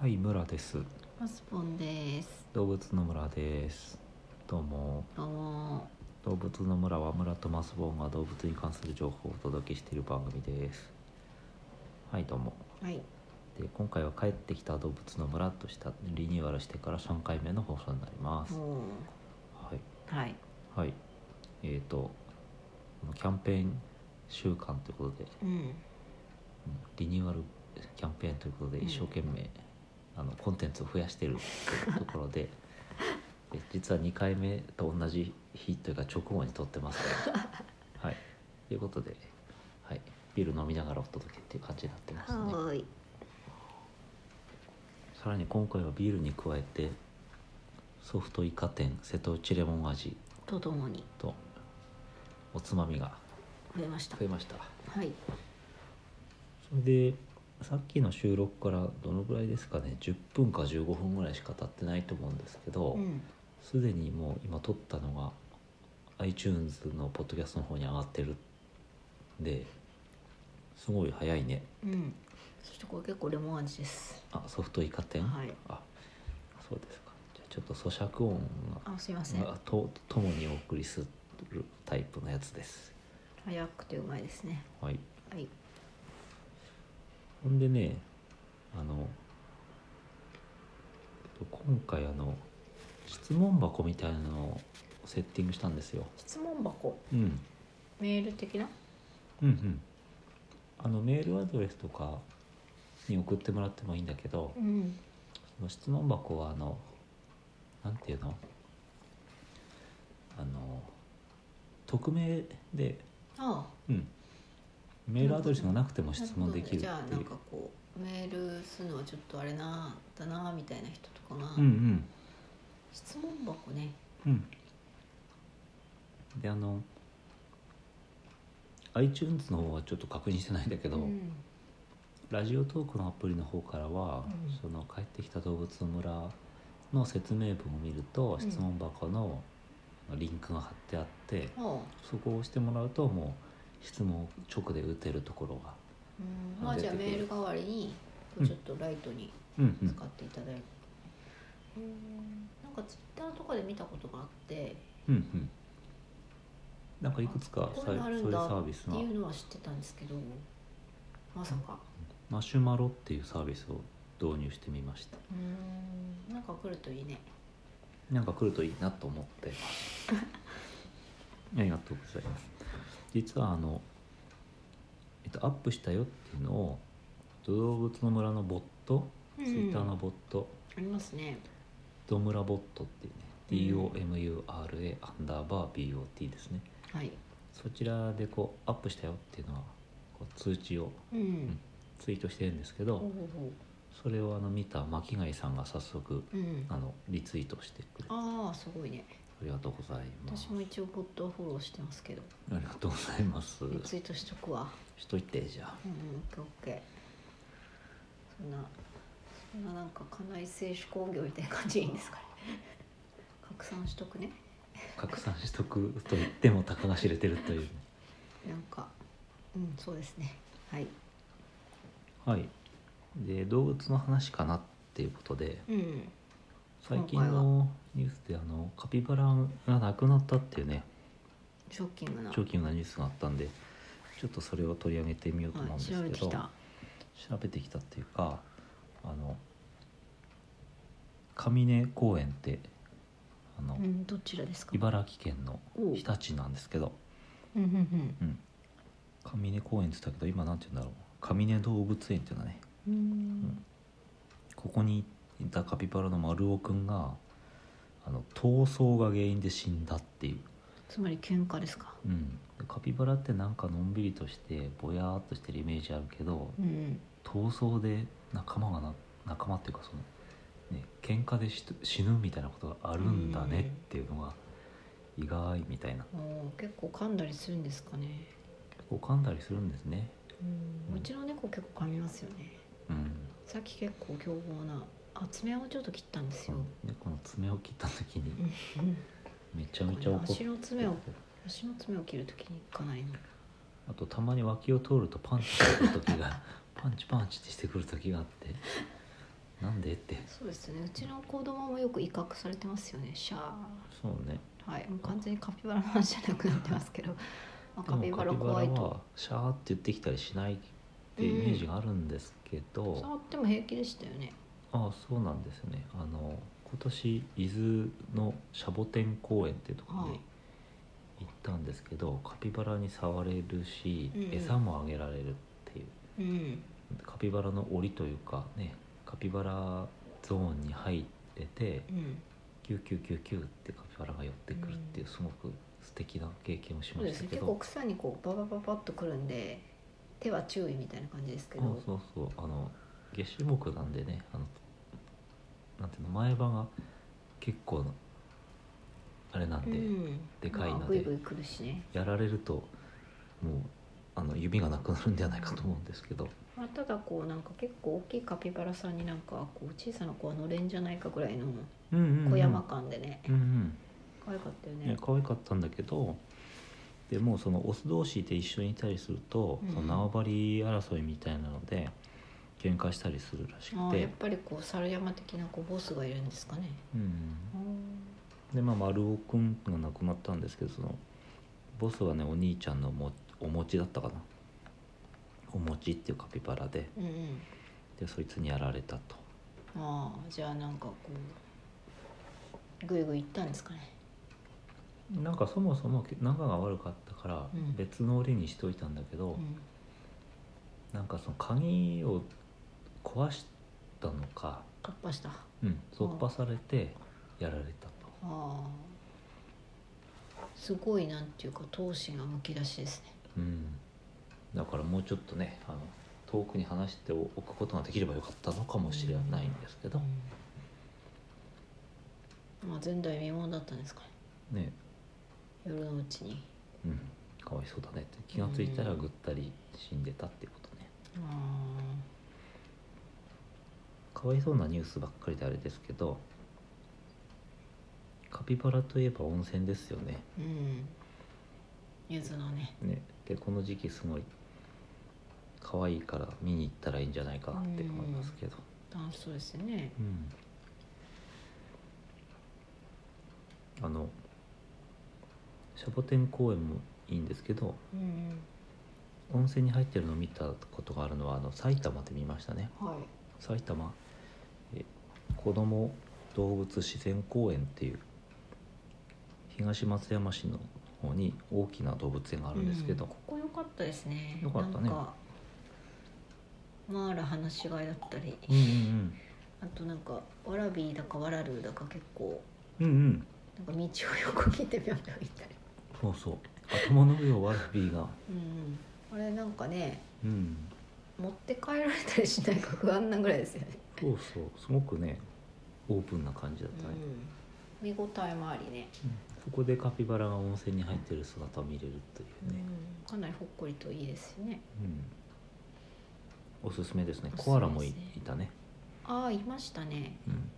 はい村ですマスポンです。動物の村ですどうもどうも。動物の村は村とマスボンが動物に関する情報をお届けしている番組ですはいどうもはい。で今回は帰ってきた動物の村としたリニューアルしてから3回目の放送になりますはも。いうはい。はいえーとこのキャンペーン週間ということでうん。うんリニューアルキャンペーンということでうん一生懸命、あのコンテンツを増やしてるところで え実は2回目と同じ日というか直後に撮って ますねはいということで、はい、ビール飲みながらお届けっていう感じになってますねはーい。さらに今回はビールに加えてソフトイカ天瀬戸内レモン味とともにとおつまみが増えました。増えましたはい。それでさっきの収録からどのぐらいですかね10分か15分ぐらいしか経ってないと思うんですけどうん。すで、にもう今撮ったのが iTunes のポッドキャストの方に上がってるんですごい早いねうん。そしてこれ結構レモン味です。あソフトイカ店、はいあそうですかじゃあちょっと咀嚼音あ、すいませんが。がとともにお送りするタイプのやつです早くてうまいですね。はいはい。ほんでねあの今回あの質問箱みたいなのをセッティングしたんですよ、質問箱。うん、メール的な。うんうんあのメールアドレスとかに送ってもらってもいいんだけどうん。その質問箱はあのなんていうのあの匿名で、あうん、メールアドレスがなくてもあ。質問できるってじゃあ、ないんうかこう。メールするのはちょっとあれな。だなみたいな人とかな。うんうん質問箱ね。うん、であの iTunes の方はちょっと確認してないんだけど、うん。ラジオトークのアプリの方からは、うんその帰ってきた動物の村の説明文を見ると、うん質問箱のリンクが貼ってあってああ。そこを押してもらうともう質問を直で打てるところが、うん。まあ、じゃあ、メール代わりに。ちょっとライトに。うんうん使っていただいて、うんなんかツイッターとかで見たことがあってうんうん、なんかいくつかこさういいうのあそういるうんサだービスってがいうのは知ってたんですけどまさかマシュマロっていうサービスを導入してみました。うんなんか来るといいねなんか来るといいなと思って ますありがとうございます実はあの、えっと、アップしたよっていうのを動物の村のボット、うんツイッターのボットありますねドムラボットっていううね DOMURA アンダーバー BOT ですねはいそちらでこうアップしたよっていうのはこう通知をうん、ツイートしてるんですけほうどほうほそれをあの見た巻貝さんが早速ううんあのリツイートしてくれてあああすごいねりがとうございます私も一応ボットをフォローしてますけどありがとうございますリツイートしとくわしといてじゃあうんうんオッケーオッケーそんなそんななんか家内製手工業みたいな感じでいいんですかね 拡散しとくね拡散しとくと言ってもたかが知れてるという ねなんか、うん、そうですね。はい。はいで動物の話かなっていうことでうん。最近今回のニュースであのカピバラが亡くなったっていうねショッキングな。長期なニュースがあったんでちょっとそれを取り上げてみようと思はうい、んですけど、調べてきた。調べてきたっていうかあの上根公園ってあの、うん、どちらですか。茨城県のおう日立なんですけどうんうんうんうん、上根公園って言ったけど今なんて言うんだろう上根動物園っていうのはねうーん。ここにいたカピバラの丸尾くんがあの闘争が原因で死んだっていう、つまり喧嘩ですか。うん、でカピバラってなんかのんびりとしてぼやーっとしてるイメージあるけどうん。闘争で仲間がな仲間っていうかそのね喧嘩でし死ぬみたいなことがあるんだねっていうのが意外みたいなおお、結構噛んだりするんですかね。結構噛んだりするんですね。うん。うちの猫結構噛みますよね。うんさっき結構凶暴な。あ、爪をちょっと切ったんですよ。猫の爪を切った時にうん。めちゃめちゃ怒っ足ての爪を、足の爪を切るときにかなりの。あとたまに 脇を通るとパンチしてくる時がパンチパンチってしてくる時があってなんでってそうですねうちの子供もよく威嚇されてますよねシャーそうねはいもう完全にカピバラの話じゃなくなってますけ ど、まあ、でカもピバラ怖いとはシャーって言ってきたりしないってイメージがあるんですけど、触っても平気でしたよねああそうなんですねあの今年伊豆のシャボテン公園っていうところはいに行ったんですけど、カピバラに触れるし、うんうん餌もあげられるっていううんカピバラの檻というかねカピバラゾーンに入っててうんキューキューキューキューってカピバラが寄ってくるっていう、すごく素敵な経験をしそまうでしすたねけ結構ど草にこうババババッとくるんで手は注意みたいな感じですけあどそうそうあの夏至木なんでねあのなんていうの前歯が結構なあれなんで。んでかいのでまあ、ぐいぐい来るしね、やられるともうあの指がなくなるんじゃないかと思うんですけどまあ、ただこうなんか結構大きいカピバラさんになんかこう小さな子は乗れんじゃないかぐらいの小小山感でね、うん可愛かったようん、ねね可愛かったんだけどでもうそのオス同士で一緒にいたりすると、うんその縄張り争いみたいなので喧嘩したりするらしあくあてやっ、ぱりこう猿山的なこうボスがいるんですかねうん、あでまあ丸尾くんが亡くなったんですけどそのボスはねお兄ちゃんのもお餅だったかなお餅っていうカピバラでーうんうんでそいつにやられたとああじゃあなんかこうぐいぐい行ったんですかねなんかそもそもけ仲が悪かったからうん別の檻にしといたんだけど、うんなんかその鍵を壊したのか、突破したあうん、突破されてやられたと、あすごいなんていうか闘志がむき出しですねうん、だからもうちょっとねあの遠くに話しておくことができればよかったのかもしれないんですけど、うんまあ前代未聞だったんですかねね夜のうちにうん、かわいそうだねって気がついたらぐったり死んでたっていうことねあかわいそうなニュースばっかりであれですけどカピバラといえば温泉ですよねあうんゆずのねね、でこの時期すごい可愛いから見に行ったらいいんじゃないかなって思いますけど、楽しそうですよねうんあのシャボテン公園もいいんですけどうん温泉に入ってるのを見たことがあるのはあの埼玉で見ましたねうんはい埼玉え子ども動物自然公園っていう東松山市の方に大きな動物園があるんですけど、うここ良かったですね良かったねなんかマーラ話し飼いだったりうんうんあとなんかワラビーだかワラルーだか結構うんうんうんなんか道を横切ってぴょんぴょん行ったりそうそう頭の上をワラビーがうんあれなんかねうん持って帰られたりしないか不安なぐらいですよね、そうそうすごくねオープンな感じだったね、うん、見応えもありねうんそこでカピバラが温泉に入ってる姿を見れるというね、うんかなりほっこりといいですよねうんおすすめですねおすすめですねコアラもいいたね、ああいましたねうん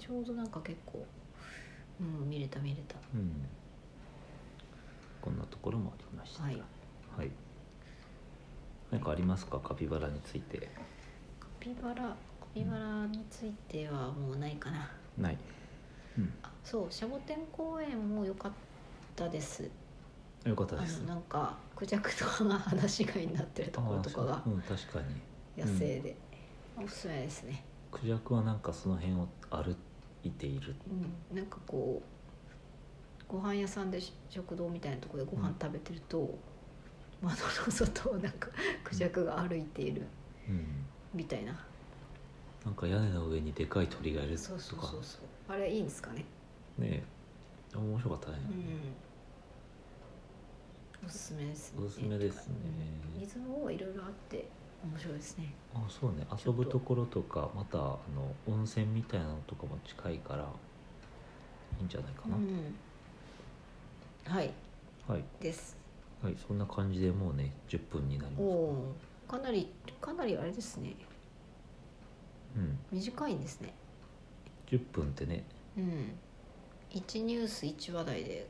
ちょうどなんか結構うん見れた見れたうんこんなところもありましたはいはい何かありますかカピバラについてカピバラカピバラについてはもうないかなない、うんあそうシャボテン公園も良かったですあ、よかっあたですのなんかクジャクとかが放し飼いになってるところとかあがーそううん、確かに野生で、おすすめですね、クジャクはなんかその辺を歩いているうん、なんかこうご飯屋さんでし食堂みたいなところでご飯食べてると、窓の外をなんかクジャクが歩いているうん、みたいな、なんか屋根の上にでかい鳥がいるとかそうそうそうそうあれいいんですかねねえ面白かったね、うん、おすすめですねおすすめですねうん水の方はいろいろあって面白いですねあそうねちょ遊っとぶところとかまたあの温泉みたいなのとかも近いからいいんじゃないかな、うんはいはい、ですはい、そんな感じでもうね10分になりまおすおーかなりかなりあれですねうん短いんですね10分ってね、うん1ニュース1話題で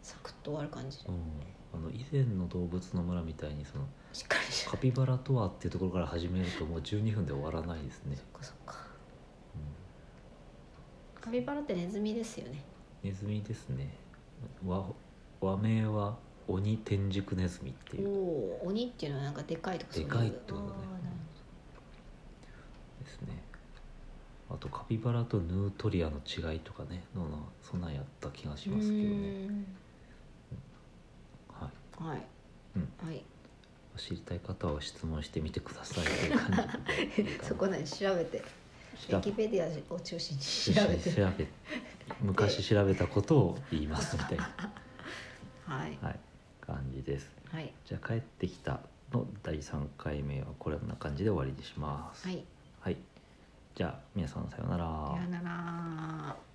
サクッと終わる感じでうん、あの以前の動物の村みたいにそのしっかりしカピバラとはっていうところから始めるともう12分で終わらないですねそっかそっかカピバラってネズミですよねネズミですね和和名は鬼天竺ネズミっておいうおー鬼っていうのはなんかでかいとかそういうでかいってことねあーなるですねあとカピバラとヌートリアの違いとかねのなそんなんやった気がしほどますけどうね、ーんはい、はい、うんはい知りたい方は質問してみてくださいっていう感じでそこ何調べてウ 調ィべキペディアを中心に調べて調べ昔調べたことを言いますみた いな、はいはい、感じですはいじゃあ帰ってきたの第3回目はこんな感じで終わりにしますはいはい、じゃあ皆さんさようならさよなら